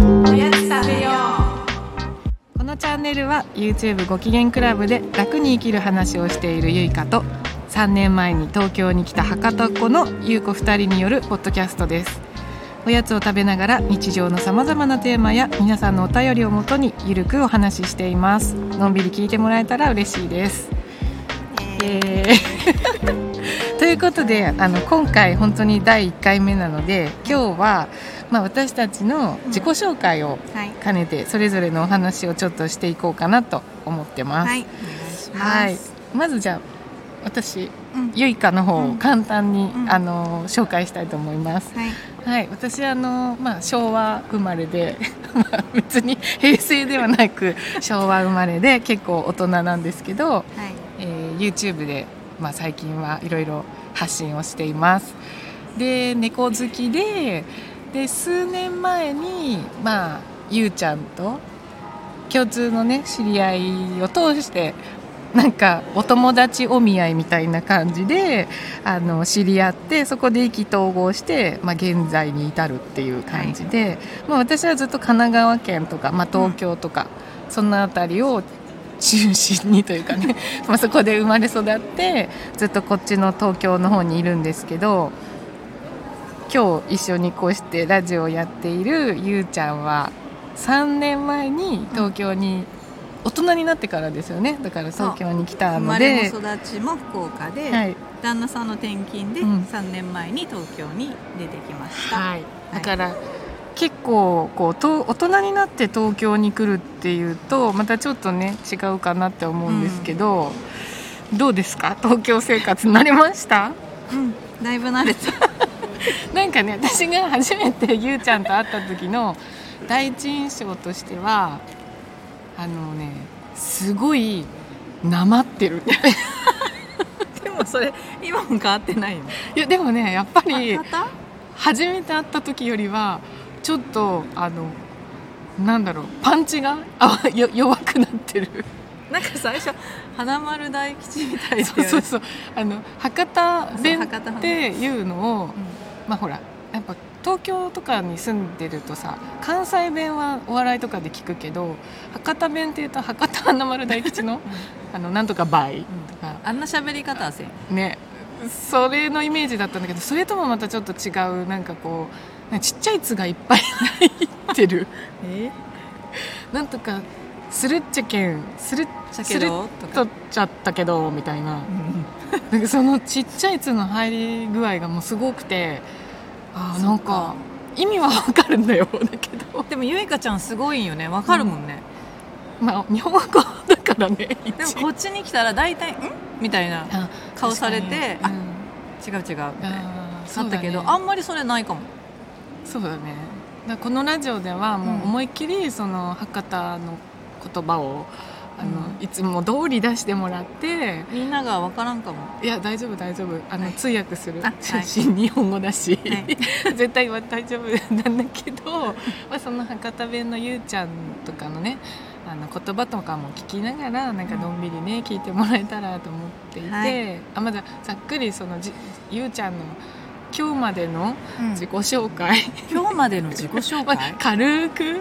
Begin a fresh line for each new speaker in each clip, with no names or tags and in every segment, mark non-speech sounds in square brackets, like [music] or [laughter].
やつ食べようこのチャンネルは YouTube ご機嫌クラブで楽に生きる話をしているゆいかと3年前に東京に来た博多っ子のゆうこ2人によるポッドキャストですおやつを食べながら日常のさまざまなテーマや皆さんのお便りをもとにゆるくお話ししていますのんびり聞いてもらえたら嬉しいですイエー [laughs] イということであの今回本当に第1回目なので今日は、まあ、私たちの自己紹介を
はい。
兼ねてそれぞれのお話をちょっとしていこうかなと思ってます。
はい。お願いし
は
ま
い
す。、
まずじゃあ私
うん
ゆいかの方
う
を
ん
簡単に、
うん
あの紹介したいと思います。
はい。
はい、私あの、まあ、昭和生まれで [laughs] まあ別に平成ではなく昭和生まれで結構大人なんですけど、
はい。
えー YouTube で、まあ、最近はいろいろ発信をしていますで猫好きでで数年前に、まあ、ゆうちゃんと共通のね知り合いを通してなんかお友達お見合いみたいな感じであの知り合ってそこで意気投合して、まあ、現在に至るっていう感じで、まあ、私はずっと神奈川県とか、まあ、東京とか、その辺りを中心にというかねまあそこで生まれ育ってずっとこっちの東京の方にいるんですけど今日一緒にこうしてラジオをやっているゆうちゃんは3年前に東京に大人になってからですよねだから東京に来た
生
の
まれ
で
も育ちも福岡で、
はい
旦那さんの転勤で
うん
3年前に東京に出てきました。
はい、だから結構こうと大人になって東京に来るっていうとまたちょっとね違うかなって思うんですけど、どうですか東京生活慣れました
うん。だいぶ慣れた。
なんかね私が初めてゆうちゃんと会った時の第一印象としてはあのねすごいなまってる
でもそれ今も変わってないよ。
いやでもねやっぱり
また？
初めて会った時よりはちょっとあのなんだろうパンチがあよ弱くなってる
なんか最初花丸大吉みたい
そう
だ
そ
よ
う
ね
そうあの博多弁
そう博多
っ
弁
ていうのを
うん
まあほらやっぱ東京とかに住んでるとさ関西弁はお笑いとかで聞くけど博多弁っていうと博多華丸大吉のあのなんとか倍とか
あんな喋り方はせん。
ねそれのイメージだったんだけどそれともまたちょっと違うなんかこうなんかちっちゃい「つ」がいっぱい入ってる [laughs]
え？
なんとかするっちゃけんする
だけどとか。
取っちゃったけどみたいな
うん
なんかそのちっちゃい「つ」の入り具合がもうすごくてあーなんか意味はわかるんだよだけど、
でもゆいかちゃんすごいんよね。わかるもんね。
まあ、日本語だからね
でもこっちに来たら大体んみたいな
あ
顔されて
確
あ
かにうん
違う違うみたいな。
あー
あ
そう
っ
だ
た
ね
けどあんまりそれないかも。
そうだねだからこのラジオではもう思いっきりその博多の言葉をあの、
う
いつも通り出してもらって
みんながわからんかも。
いや大丈夫大丈夫あの、
はい
通訳する
あはい
出身日本語だし、
はい
[laughs] 絶対は大丈夫 [laughs] なんだけど、まあ、その博多弁のゆうちゃんとかのねあの言葉とかも聞きながらなんかのんびりね、聞いてもらえたらと思っていて、
はい
あまだざっくりそのじゆうちゃんの今日までの自
[laughs]
己
今
紹介、
日までの自己紹
まあ。
介
軽く、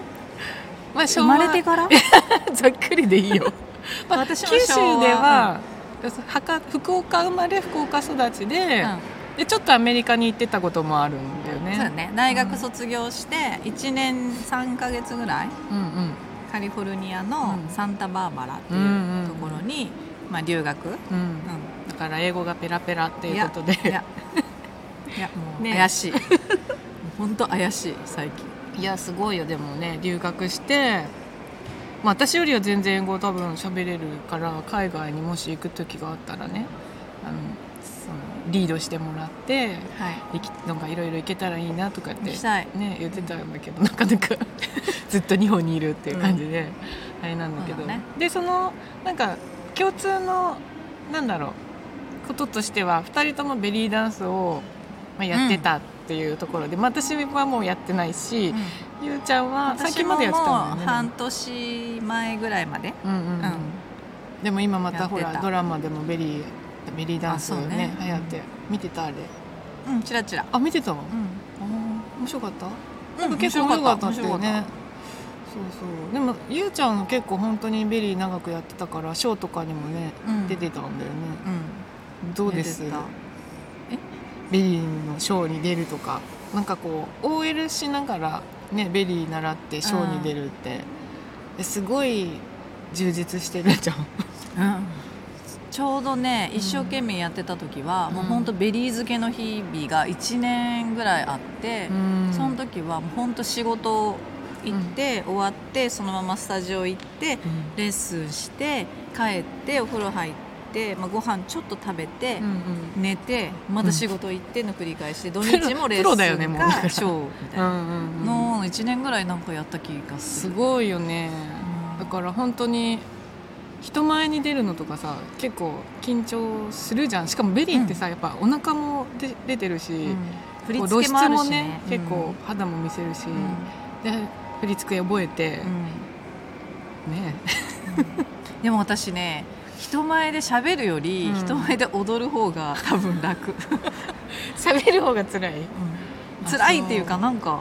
ま
生
あ、昭和
まれてから
[laughs] ざっくりでいいよ、まあ、
[laughs] 私
九
も
州で
昭和
は、博福岡生まれ福岡育ちで,、
うん
でちょっとアメリカに行ってたこともあるんだよね
そうだね大学卒業して1年3ヶ月ぐらい
うんうん
カリフォルニア
うん
のサンタバーバラって
んうん
いうところに、まあ、留学、うん
うんだから英語がペラペラっていうことで [laughs]
いやいやもう
ね
怪
[laughs]
しい本当怪しい最近
いやすごいよでもね留学して、まあ、私よりは全然英語多分喋れるから海外にもし行く時があったらねあのそのリードしてもらって
はい
行きなんかいろいろ行けたらいいなとかって
行きたい
ね言ってたんだけどなかなか [laughs] ずっと日本にいるっていう感じで、あれなんだけど
そうだね
でそのなんか共通のなんだろうこととしては2人ともベリーダンスを、まあ、やってたっていうところで、まあ、私はもうやってないし、ゆうちゃんは最
私
近
も
までや
も
っ
う
てたんだよ
半
ね。
年前ぐらいまで
うんうんうん
うん
でも今また
やって
ほ
た
らドラマでもベリーベリーダンスね
あそうね
流行って見てたあれ
うんチラチラ
あ見てた、あ
うん
ー面白かった
うん
結構面白かったんだよ
面白
ね
かっ
そうそうでもゆうちゃんは結構本当にベリー長くやってたからショーとかにもね、
うん
出てたんだよね
うん
どうです
出てた
ベリーのショーに出るとかなんかこう OL しながらねベリー習ってショーに出るってえすごい充実してるじゃん
うんちょうどね一生懸命やってた時は、もうほんとベリー漬けの日々が1年ぐらいあって、その時はもうほんと仕事行って、終わってそのままスタジオ行って
うん
レッスンして帰ってお風呂入って、まあ、ご飯ちょっと食べて、
うん
寝てまた仕事行っての繰り返して、土日もレッスンか
プロだよねもうだから
ショーみたい
うんう
な、
んうん
の1年ぐらいなんかやった気がす
す
る
ごいよね
うん
だから本当に人前に出るのとかさ結構緊張するじゃんしかもベリーってさ、やっぱお腹もで出てるし、
うん振り
こう
付けもある
露
し
出もね
ね、
結構肌も見せるし、
うん、うん
で振り付け覚えて、ね
でも私ね人前で喋るより、
うん
人前で踊る方が多分楽、
喋る方が辛い
[laughs]
あ
辛いっていうか
そ
なんか、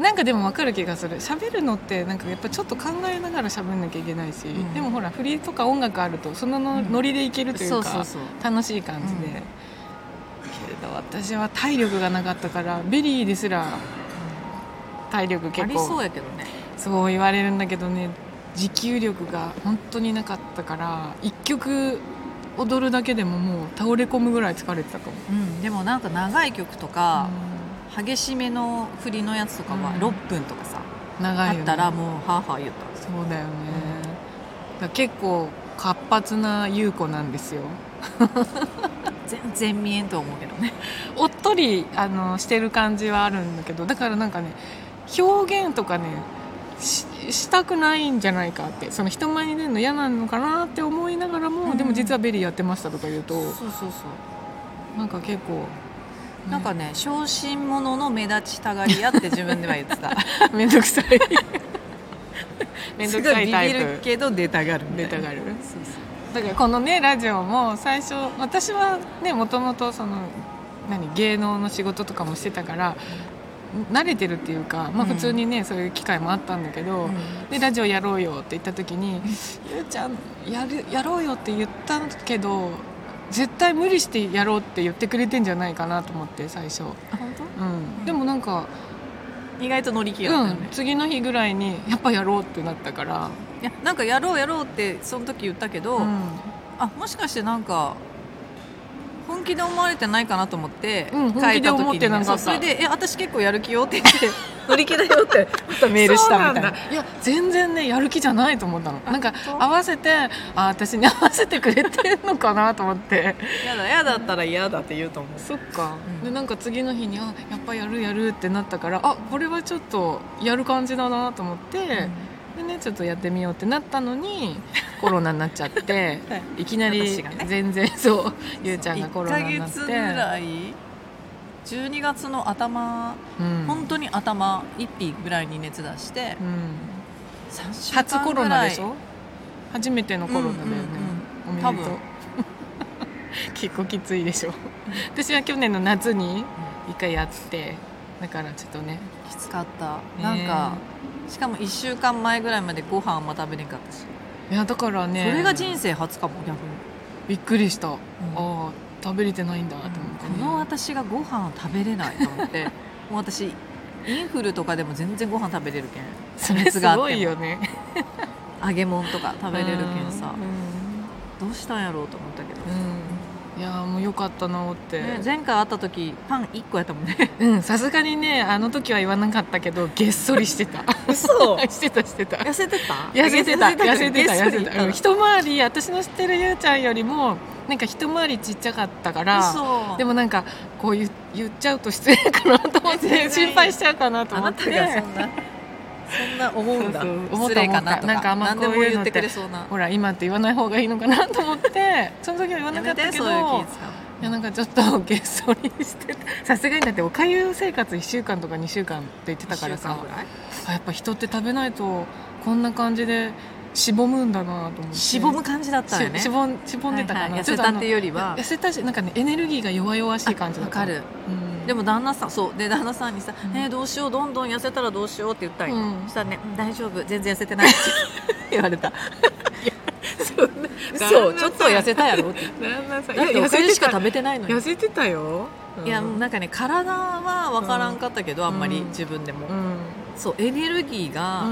なんかでも分かる気がする喋るのってなんかやっぱちょっと考えながら喋んなきゃいけないし、
ん
でもほら振りとか音楽あるとそのの
うん
ノリでいけるというか、
そうそうそう
楽しい感じで、
うん
けれど私は体力がなかったからベリーですら体力
あ
結
りそう
構
やけどね
そう言われるんだけどね持久力が本当になかったから一曲踊るだけでももう倒れ込むぐらい疲れてたかも。
うん、でもなんか長い曲とか、激しめの振りのやつとかは
うん
6分とかさ、
長い
あ
よ、ね、
ったらもうハーハー言った
そうだよねだから結構活発な優子なんですよ
全然見えんと思うけどね
おっとりあのしてる感じはあるんだけどだからなんかね表現とかねししたくないんじゃないかってその人前に出るの嫌なのかなって思いながらも、
うん
でも実はベリーやってましたとか言うと
そうそうそ
なんか結構
うなんかね小心者の目立ちたがり屋って自分では言って [laughs] た
めんどくさいめんどくさいタイ
すごいビビる
プ
けど出たがるみたい
出
な
たがる
そうそ
だからこのねラジオも最初私はねもともとその何芸能の仕事とかもしてたから慣れてるっていうか、まあ、
うん
普通にね、そういう機会もあったんだけど、でラジオやろうよって言った時に「ゆうちゃんやるやろうよ」って言ったけど絶対無理してやろうって言ってくれてんじゃないかなと思って最初、
う本
うん、でもなんか、
当意外と乗り気やった
う
よ
ん
ね、、
次の日ぐらいにやっぱやろうってなったから、
いやなんかやろうやろうってその時言ったけど、
うん
あもしかしてなんか本気で思われてないかなと思って、
うん
書いた時に
本気で思ってなかった
そうそれで「え私結構やる気よ」って言って「 [laughs] 乗り気だよ」ってまたメールしたみたいな
そうなんだいや全然ねやる気じゃないと思ったのなんか
本当
合わせてあ私に合わせてくれてんのかなと思
[laughs]
って
やだやだったら嫌だって言うと思う
そっか、
うん
でなんか次の日にあやっぱやるやるってなったからあこれはちょっとやる感じだなと思って、でねちょっとやってみようってなったのに
[laughs]
コロナになっちゃって、、
はい
きなり
私がね
全然そうゆうちゃんがコロナになっ
1
て
ヶ月ぐらい12月の頭、
うん
本当に頭一匹ぐらいに熱出して
う、ん
三週間
初コロナでし
ぐらい
ょ初めてのコロナだよね、
うんうんうん
おめでとう
多
[laughs] 結構きついでしょ私は去年の夏に一回やってだからちょっとね
きつかった
ね
なんかしかも1週間前ぐらいまでご飯あんま食べれんかったし、
いやだからね
それが人生初かも逆に、
びっくりした、あ
うん
あ食べれてないんだと思って、ね
この私がご飯食べれないと思って
[laughs]
もう私インフルとかでも全然ご飯食べれるけん
それ
熱
す
があっても
ごいよね
揚げ物とか食べれるけんさ
うん
どうしたんやろうと思ったけど、
うんいやーもうよかったなおって、
ね、前回会った時パン1個やったもんね
うんさすがにねあの時は言わなかったけどげっそりしてた
嘘
[laughs] してたしてた
[laughs] 痩せてた
痩せてた痩せてた痩せてた、うん
嘘
一回り私の知ってるゆうちゃんよりもなんか一回りちっちゃかったからで
も
もなんかこう言言っちゃうと失礼かなと思っ
全然い
て
い
心配しちゃうかなと
あ
思っ
な
て
たがそんなそんな思うんだ
そうそう思っ
失
た
礼かなとか
思ったなんかあんま
何でも
こういう
言
の
っ
ってて
くれそうな
ほら今って言わない方がいいのかなと思ってその時は言わな
や
かっ
め
た
て
け
そ
ど
ういう気使う
いやなんかちょっとげっそりしてたさすがにだっておかゆ生活1週間とか2週間って言ってたから
一週
さ
間ぐらい
あやっぱ人って食べないとこんな感じでしぼむんだなと思って
しぼむ感じだったよね
ししぼんしぼんでたかな、
はいはい痩
ち
せ
ょっとあ
た
の
っていうよりは
痩せたしなんかねエネルギーが弱々しい感じだ
わ
った
かる
うん
でも旦那さんそうで旦那さんにさ
う
「
ん
えーどうしようどんどん痩せたらどうしよう」って言ったら、
うん
そしたらね「うん大丈夫全然痩せて
[laughs]
ない」って [laughs] 言われた
旦那さん
そうちょっと痩せたやろって
旦那さん [laughs] い
だ
や
ってお
痩せ
粥
て
しか
た
食べてないの
痩
に
せてたよ、うん
いやもうなんかね体は分からんかったけど、あんまり
うん
自分でも、
うん
そうエネルギーが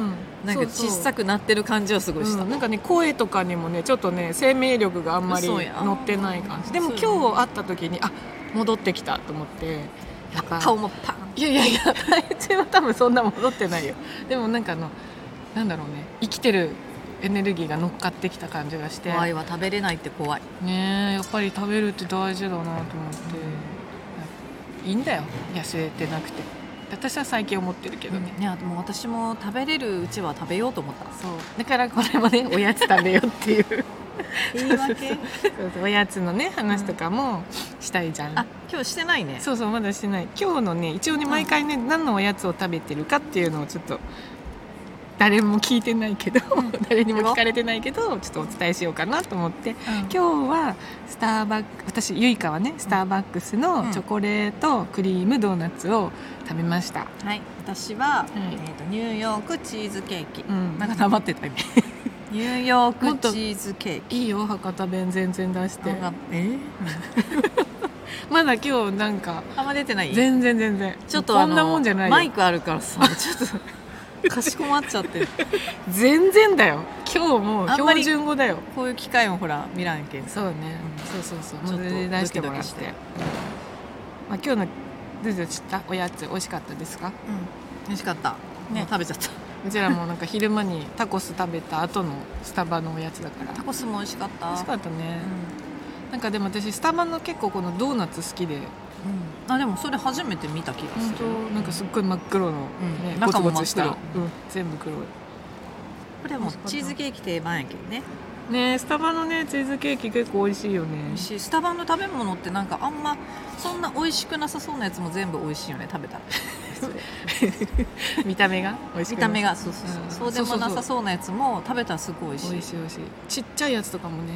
う
なんか小さ
く
くなってる感じはすごいした、
なんかね声とかにもねちょっとね生命力があんまり
そうや
乗ってない感じでも
そうや
今日会った時にあ戻ってきたと思ってやっぱ
顔もパン
いやい [laughs] やいや体重は多分そんな戻ってないよでもなんかあのなんだろうね生きてるエネルギーが乗っかってきた感じがして
怖いは食べれないって怖い
ねえやっぱり食べるって大事だなと思っていいんだよ痩せてなくて私は最近思ってるけどね、
いやでも私も食べれるうちは食べようと思った
そうだからこれもねおやつ食べようっていう
言
い訳そうそうおやつのね話とかもしたいじゃ
[laughs]
ん、
あ今日してないね
そうそうまだしてない今日のね一応ね毎回ね何のおやつを食べてるかっていうのをちょっと誰も聞いてないけど、 [laughs] 誰にも聞かれてないけどちょっとお伝えしようかなと思って
今
今日はスターバック私ゆいかはねスターバックス
うん
のチョコレートクリームドーナツを食べました、
はい、私は、
い
えー、とニューヨークチーズケーキ、
うん
なんか黙ってた今ニューヨークチーズケーキ
いいよ博多弁全然出して
なんかえー
まだ今日なんか
あんま出てない
全然全然
ちょっと
こ
あ
ん
の
なもんじゃないよ
マイクあるから [laughs] さちょっとかしこまっちゃってる
全然だよ今日
あ
もう
んま
標
り
準語だよ
こういう機会もほら見らんけんさ
そうね、そうそうそう
ちょっと
もう全然出してもら
ド
って
キドキして
まあ、今日のどうぞ知ったおやつ美味しかったですか
美味しかったね、
うん
食べちゃった
うちらもなんか昼間にタコス食べた後のスタバのおやつだから
タコスも美味しかった
美味しかったね、なんかでも私スタバの結構このドーナツ好きで
うんうんあでもそれ初めて見た気がす
本
る
当なんかすっごい真っ黒の、ね
うん
ゴツゴツした、
中も真っ黒
うん全部黒い
これもチーズケーキ定番やけんね
ねスタバのねチーズケーキ結構美味しいよね
美味しいスタバの食べ物ってなんかあんまそんな美味しくなさそうなやつも全部美味しいよね食べたら
見た目が美味
見
しくな
た
い
目がそうそうそう、
うん
そうでもなさそうなやつも食べたらすごい美味しい
美味しい美味しいちっちゃいやつとかもね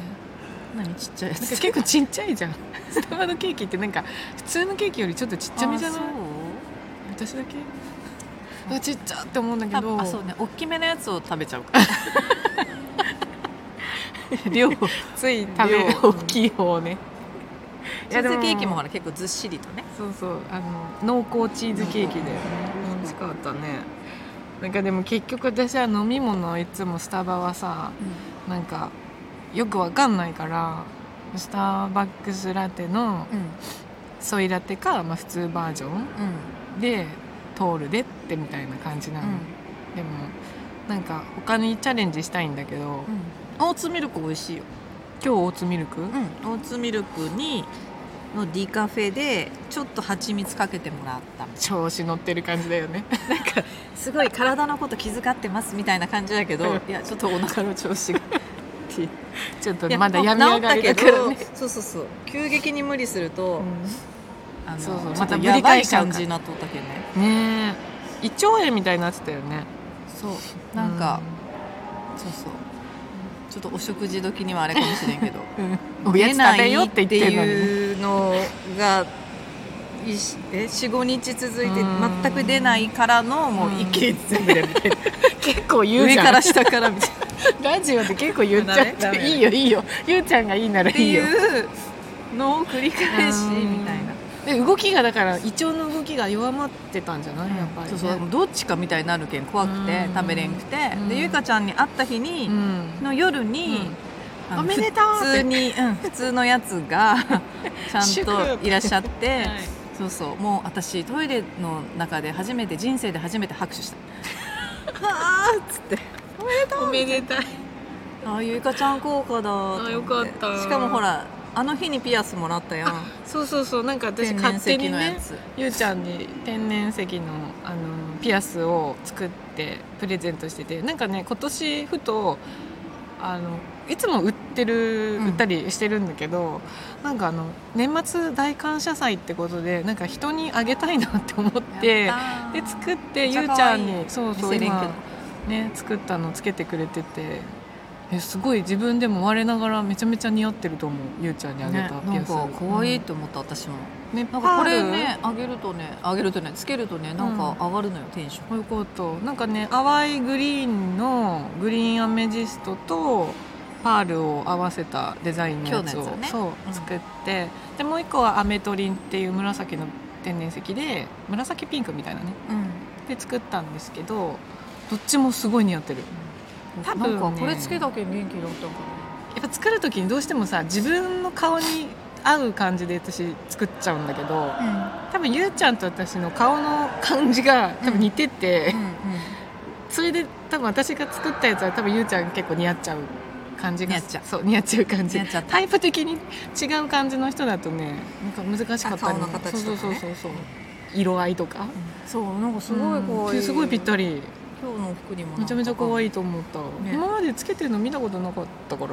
何ちっちゃいや
なんか
つ
結構ちっちゃいじゃん [laughs] スタバのケーキってなんか普通のケーキよりちょっとちっちゃめじゃない
あ
私だけあちっちゃって思うんだけ
そう
ど
あそうね大きめのやつを食べちゃうから量 [laughs] チ
つい
食べる
大きい方ね
ーズケーキもほ
ら
ら結構ずっしりとね
そうそうあの濃厚チーズケーキで美味しかったねなんかでも結局私は飲み物をいつもスタバはさなんかよくわかんないからスターバックスラテの
うん
ソイラテか、まあ、普通バージョン
うん
でトールでってみたいな感じなの、でもなんか他にチャレンジしたいんだけど、今
うんオーツミルク美味しいよ、
日オーツミルク、
うん、オーツミルクにのディカフェでちょっと蜂蜜かけてもらったみたい
調子乗ってる感じだ
[laughs]
よね
なすごい体のこと気遣ってますみたいな感じだけど、
うん
いやちょっとお腹の調子が
ちょっと
いや
まだ
もう
病み上がりだから
治っ
ね
たけどそうそうそう急激に無理すると、あの
そうそ
ちょ
う
っと
またぶ
や
り
ばい
返しちゃう
感
から
じになっとったけどね
ねえ胃腸炎みたいになってたよね
そうなんか、そうそうちょっとお食事時にはあれかもしれんけ [laughs] ど
おやつ食べようって言っ
出
てる
な
の
いって
に
いうのがいしえ45日続いて
うん
全く出ないからのもう一気に全部出る
結構言う
上
じゃん
から下からみたいなっ
ラジオで結構言っちゃって、
ダメダメ
いいよいいよゆうちゃんがいいならい
て
いよ
いうのを繰り返し
うん
みたいな
で動きがだから胃腸の動きが弱まってたんじゃない、やっぱり、ね、
そうそうどっちかみたいになるけん怖くて
うん
食べれんくて
うん
でゆかちゃんに会った日に
うん
の夜に、
うん
あの
おめでとう
普通に、うん、普通のやつ
[laughs]
がちゃんといらっしゃって、
はい
そうそうもう私トイレの中で初めて人生で初めて拍手
[laughs]
したわーっつって
おめでたい
ああゆいかちゃん効果だと思て
あよかった
しかもほらあの日にピアスもらったやん
そうそうそうなんか私
天
勝
然
手
石
に
のや
ね
つ、
ゆうちゃんに天然石のあのピアスを作ってプレゼントしててなんかね今年ふとあのいつも売ってる
うん
売ったりしてるんだけど、なんかあの年末大感謝祭ってことでなんか人にあげたいなって思って
やった
で
ー
作って
めっち
ゆ
ゃ
うちゃ
可愛い
んにそうそう
見せれんけど
今ね作ったのつけてくれててえすごい自分でも我ながらめちゃめちゃ似合ってると思うゆうちゃんにあげ
ね、
たピ
な
ア
ん
ス、
か可愛いと思った、私も
ね
なんかこれねあげるとねあげるとねつけるとねなんか上がるのよ、テンション
パールよかったなんかね淡いグリーンのグリーンアメジストとパールを合わせたデザインのやつを
今日のやつだ
そう、
うん
作ってでもう一個はアメトリンっていう紫の天然石で紫ピンクみたいなねで作ったんですけどどっちもすごい似合ってる
うん
多分ね
なんかこれつけたけん元気だったんか
やっぱ作る時にどうしてもさ自分の顔に合う感じで私作っちゃうんだけど
な
多分ゆうちゃんと私の顔の感じが多分似てて、
うんうん
それで多分私が作ったやつは多分ゆうちゃん結構似合っちゃう感じが
似合っちゃう
そう似合っちゃう感じ
似合っちゃった
タイプ的に違う感じの人だとねなんか難しかった
あ
り
顔の形とかね
そうそうそうそう色合いとか
そうなんかすごい可愛い、
うんすごいぴったり
今日の服にも
めちゃめちゃ可愛
い
いと思った、
ね
今までつけてるの見たことなかったから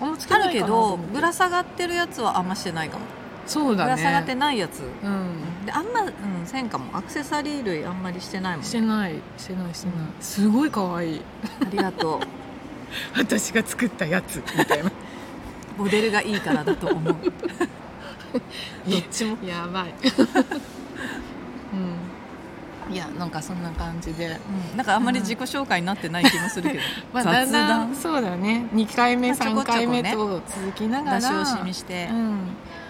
あんまつけ
あ
ないか
るけ
なと思
ど
って
ぶら下がってるやつはあんましてないかも、
そう
ぶ
だね
ら下がってないやつ
うん
であんま、うん、せんかもアクセサリー類あんまりしてないもん
してないしてないしてないすごい可愛い
ありがと
私が作ったやつみた [laughs] いな
うモデルがいいからだと思う
どっちもやばいうんいやなんかそんな感じで、
うんなんかあんまり自己紹介になってない気もするけど、
まあ、だ
雑
んだん
談
そうだね2回目
まあちょこ
3
ちょこね
回目と続きなが
出し
ら
惜しみして
うん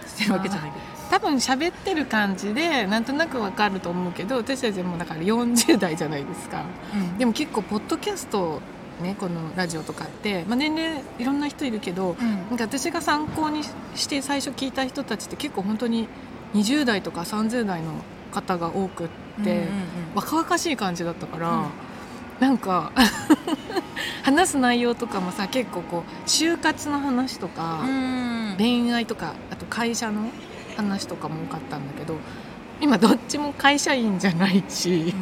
してるわけじゃないけど、
多分喋ってる感じでなんとなくわかると思うけど私たちもだから40代じゃないですか
うん
でも結構ポッドキャストねこのラジオとかって、まあ、年齢いろんな人いるけど、
うん
なんか私が参考にしして最初聞いた人たちって結構本当に20代とか30代の方が多くっ
う
て、
んうんうん
若々しい感じだったから、
うん
なんか [laughs] 話す内容とかもさ結構こう就活の話とか、
うん
恋愛とかあと会社の話とかも多かったんだけど今どっちも会社員じゃないし、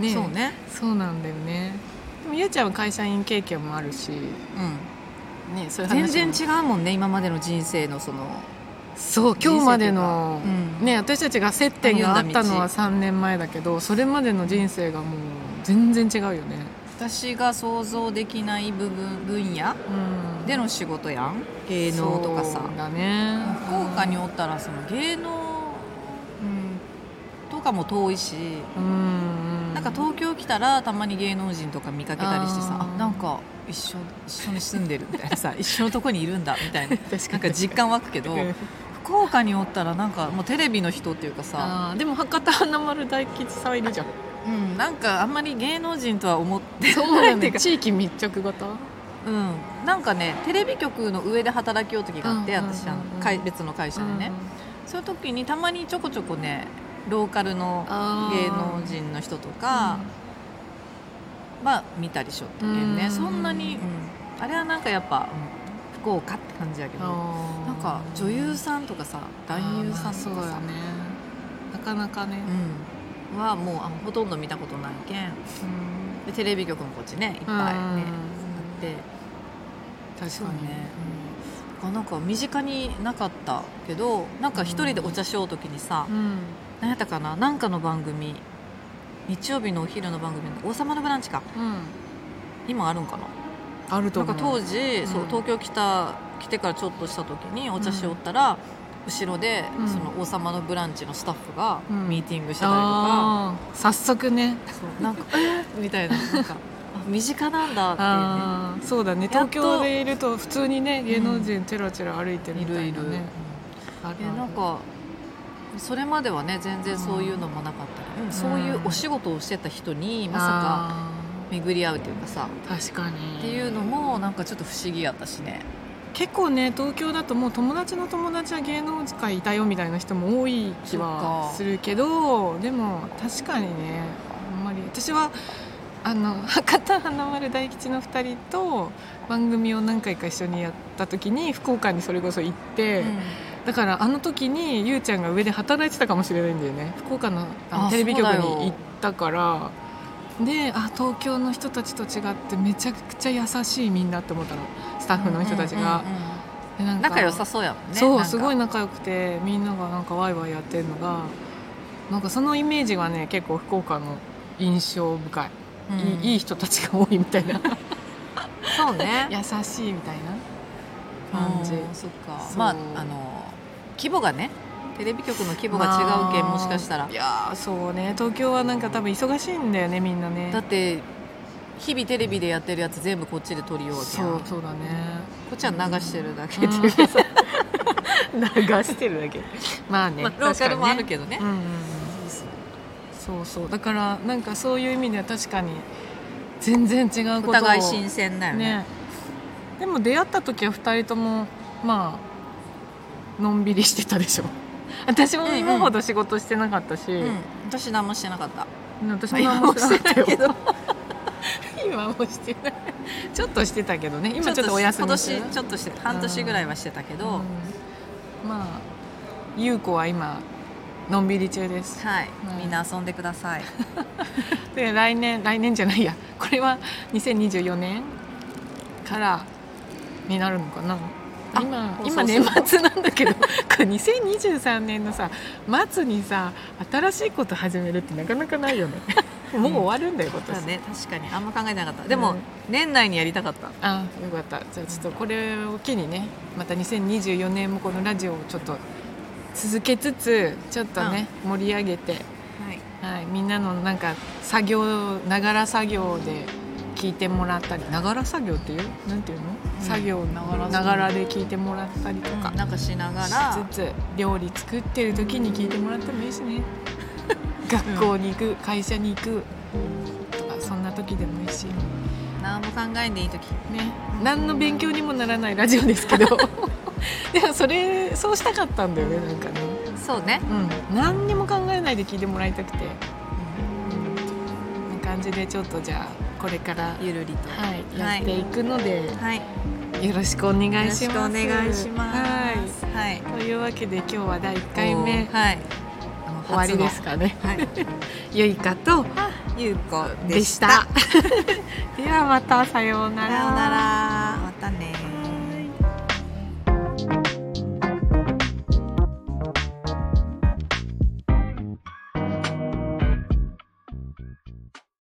うん
ね
そうね、
そうなんだよねでもゆうちゃんは会社員経験もあるし、
う
ね、そうい
ん、
う話も
全然違うもんね今までの人生のその、
そう今日までの
人生と、いうかうん
ね、私たちが接点があったのは
歩んだ
3年前だけどそれまでの人生がもう全然違うよね、
私が想像できない部分分野
うん、
での仕事やん芸能とかさ
そうだね
福岡におったらその芸能、うん、とかも遠いし、
うん
なんか東京来たらたまに芸能人とか見かけたりしてさ
あー
あなんか一緒一緒に住んでるみたいなさ [laughs] 一緒のとこにいるんだみたいな
確か
なん
に
か実感湧くけど
うん
福岡におったらなんかもうテレビの人っていうかさ、
あーでも博多華丸大吉さんい
[laughs]
るじゃん
うん、なんかあんまり芸能人とは思って
そう
な
だ
いっていう
ね
か
[laughs] 地域密着型
うん、なんかねテレビ局の上で働きよう時があって、
うんうんうんうん
私あの会別の会社でね、そういう時にたまにちょこちょこねローカルの
あー
芸能人の人とかは見たりしよったけんね、
うん
そんなに、うんあれはなんかやっぱ、うん福岡って感じやけど、
あー
なんか女優さんとかさ男優さんと
あーまあそう
か
だ
さ、
よねなかなかね、
うん、はもうあほとんど見たことないけんでテレビ局もこっちねいっぱいね、あって。
確
そう
か
ね
に、
うん、なんか身近になかったけどなんか一人でお茶しようときにさ、
うん
何やったかななんかの番組日曜日のお昼の番組の「王様のブランチ」か
うん、
今あるんかな
あると
なん
思
か当
う
時、
ん
そう東京来た来てからちょっとした時にお茶しおったら、後ろで、
うん
その王様のブランチのスタッフが
うん
ミーティングしてたりとか、
あー早速ね
そうなんか「えーみたいななん
[laughs]
かあ身近なんだっていうね。
あーそうだね
やっ
東
と
京でいると普通にね芸能人チラチラ歩いてる
い
み
る
た
い
いな
る、
ねある
え
ある
なんかそれまではね全然そういうのもなかったけど、そういうお仕事をしてた人にまさ
あ
か巡り合うというかさ
ー確かに
っていうのもなんかちょっと不思議やったしね
結構ね東京だともう友達の友達は芸能界いたよみたいな人も多い気
そっ
は
か
するけどでも確かにねあんまり私はあの [laughs] 博多華丸大吉の2人と番組を何回か一緒にやった時に福岡にそれこそ行って、だからあの時にゆうちゃんが上で働いてたかもしれないんだよね福岡のあの
あ
テレビ局
そうだよ
に行ったからであ東京の人たちと違ってめちゃくちゃ優しいみんなって思ったのスタッフの人たちが。
うんうんうんうん
でなんか
仲良さそうやもんね
そ
なん
う
か
すごい仲良くてみんながなんかワイワイやってるのがなんかそのイメージがね結構福岡の印象深い、
うん [laughs]
いいいい人たちが多いみたいな
そう [laughs] ね
優しいみたいな感じ
あーそっか
そう
まああの規模がねテレビ局の規模が違うけん
まあ
もしかしたら
いやーそうね東京はなんか多分忙しいんだよねみんなね
だって日々テレビでやってるやつ全部こっちで撮りようじゃ
そ
ん
うそうだね
[laughs] こっちは流してるだけ
う
で、 [laughs]
ん流してるだけまあね、
まあ、ローカルもあるけどね
どうんうんうんそうそうだからなんかそういう意味では確かに全然違う
お
ことを
互い新鮮だよね
ねでも出会った時は2人ともまあのんびりしてたでしょ [laughs] 私も今ほど仕事してなかったし、
うん、私何もしてなかった
私
ま
も
あ今
何
も
も
して
してな
ないいけ
けど
ど
[laughs] 今もしてないちょっとしてたけどね今
今
ち
ちょっ
ょっと
と
お休み
今
して
年
る
ちょっとして半年ぐらいはしてたけど、
うんまあ優子は今のんびり中です
はい、
うん
みんな遊んでくださ [laughs] い
で来年来年じゃないや [laughs] これは2024年からになるのかな
あ
今
放送
今
する
年末なんだけど [laughs] これ2023年のさ末にさ新しいこと始めるってなかなかないよね [laughs] もう終わるんだよ今
だ
年、
ね確かにあんま考えてなかったでも、
うん
年内にやりたかった
あよかったじゃあちょっとこれを機にねまた2024年もこのラジオをちょっと続けつつちょっとね、盛り上げて、はい、みんなのなんか作業ながら作業で聞いてもらったりながら作業っていうなんていうの、
うん
作業ながらながらで聞いてもらったりとか
うん、なんかしながら
しつつ料理作ってる時に聞いてもらってもいいし [laughs] ね学校に行く会社に行くとかそんな時でもいいし。
何も考えんでいい時
ね、何の勉強にもならないラジオですけど [laughs] でもそれそうしたかったんだよねなんかね、
そうね、
うん、何にも考えないで聞いてもらいたくて、うん、こんな感じでちょっとじゃあこれから、
ゆるりと
はい、
は
やっ
い
ていくので、
はい、よ
よろしくお願
ろ
いし
しくお
ます。
願いしますはい、
はい、というわけで今日は第1回目
はいあの
終わりですかね。
初のはい
[laughs] ゆいかと
ゆうこで
で
し
した [laughs] た。ではまたさような
さようなら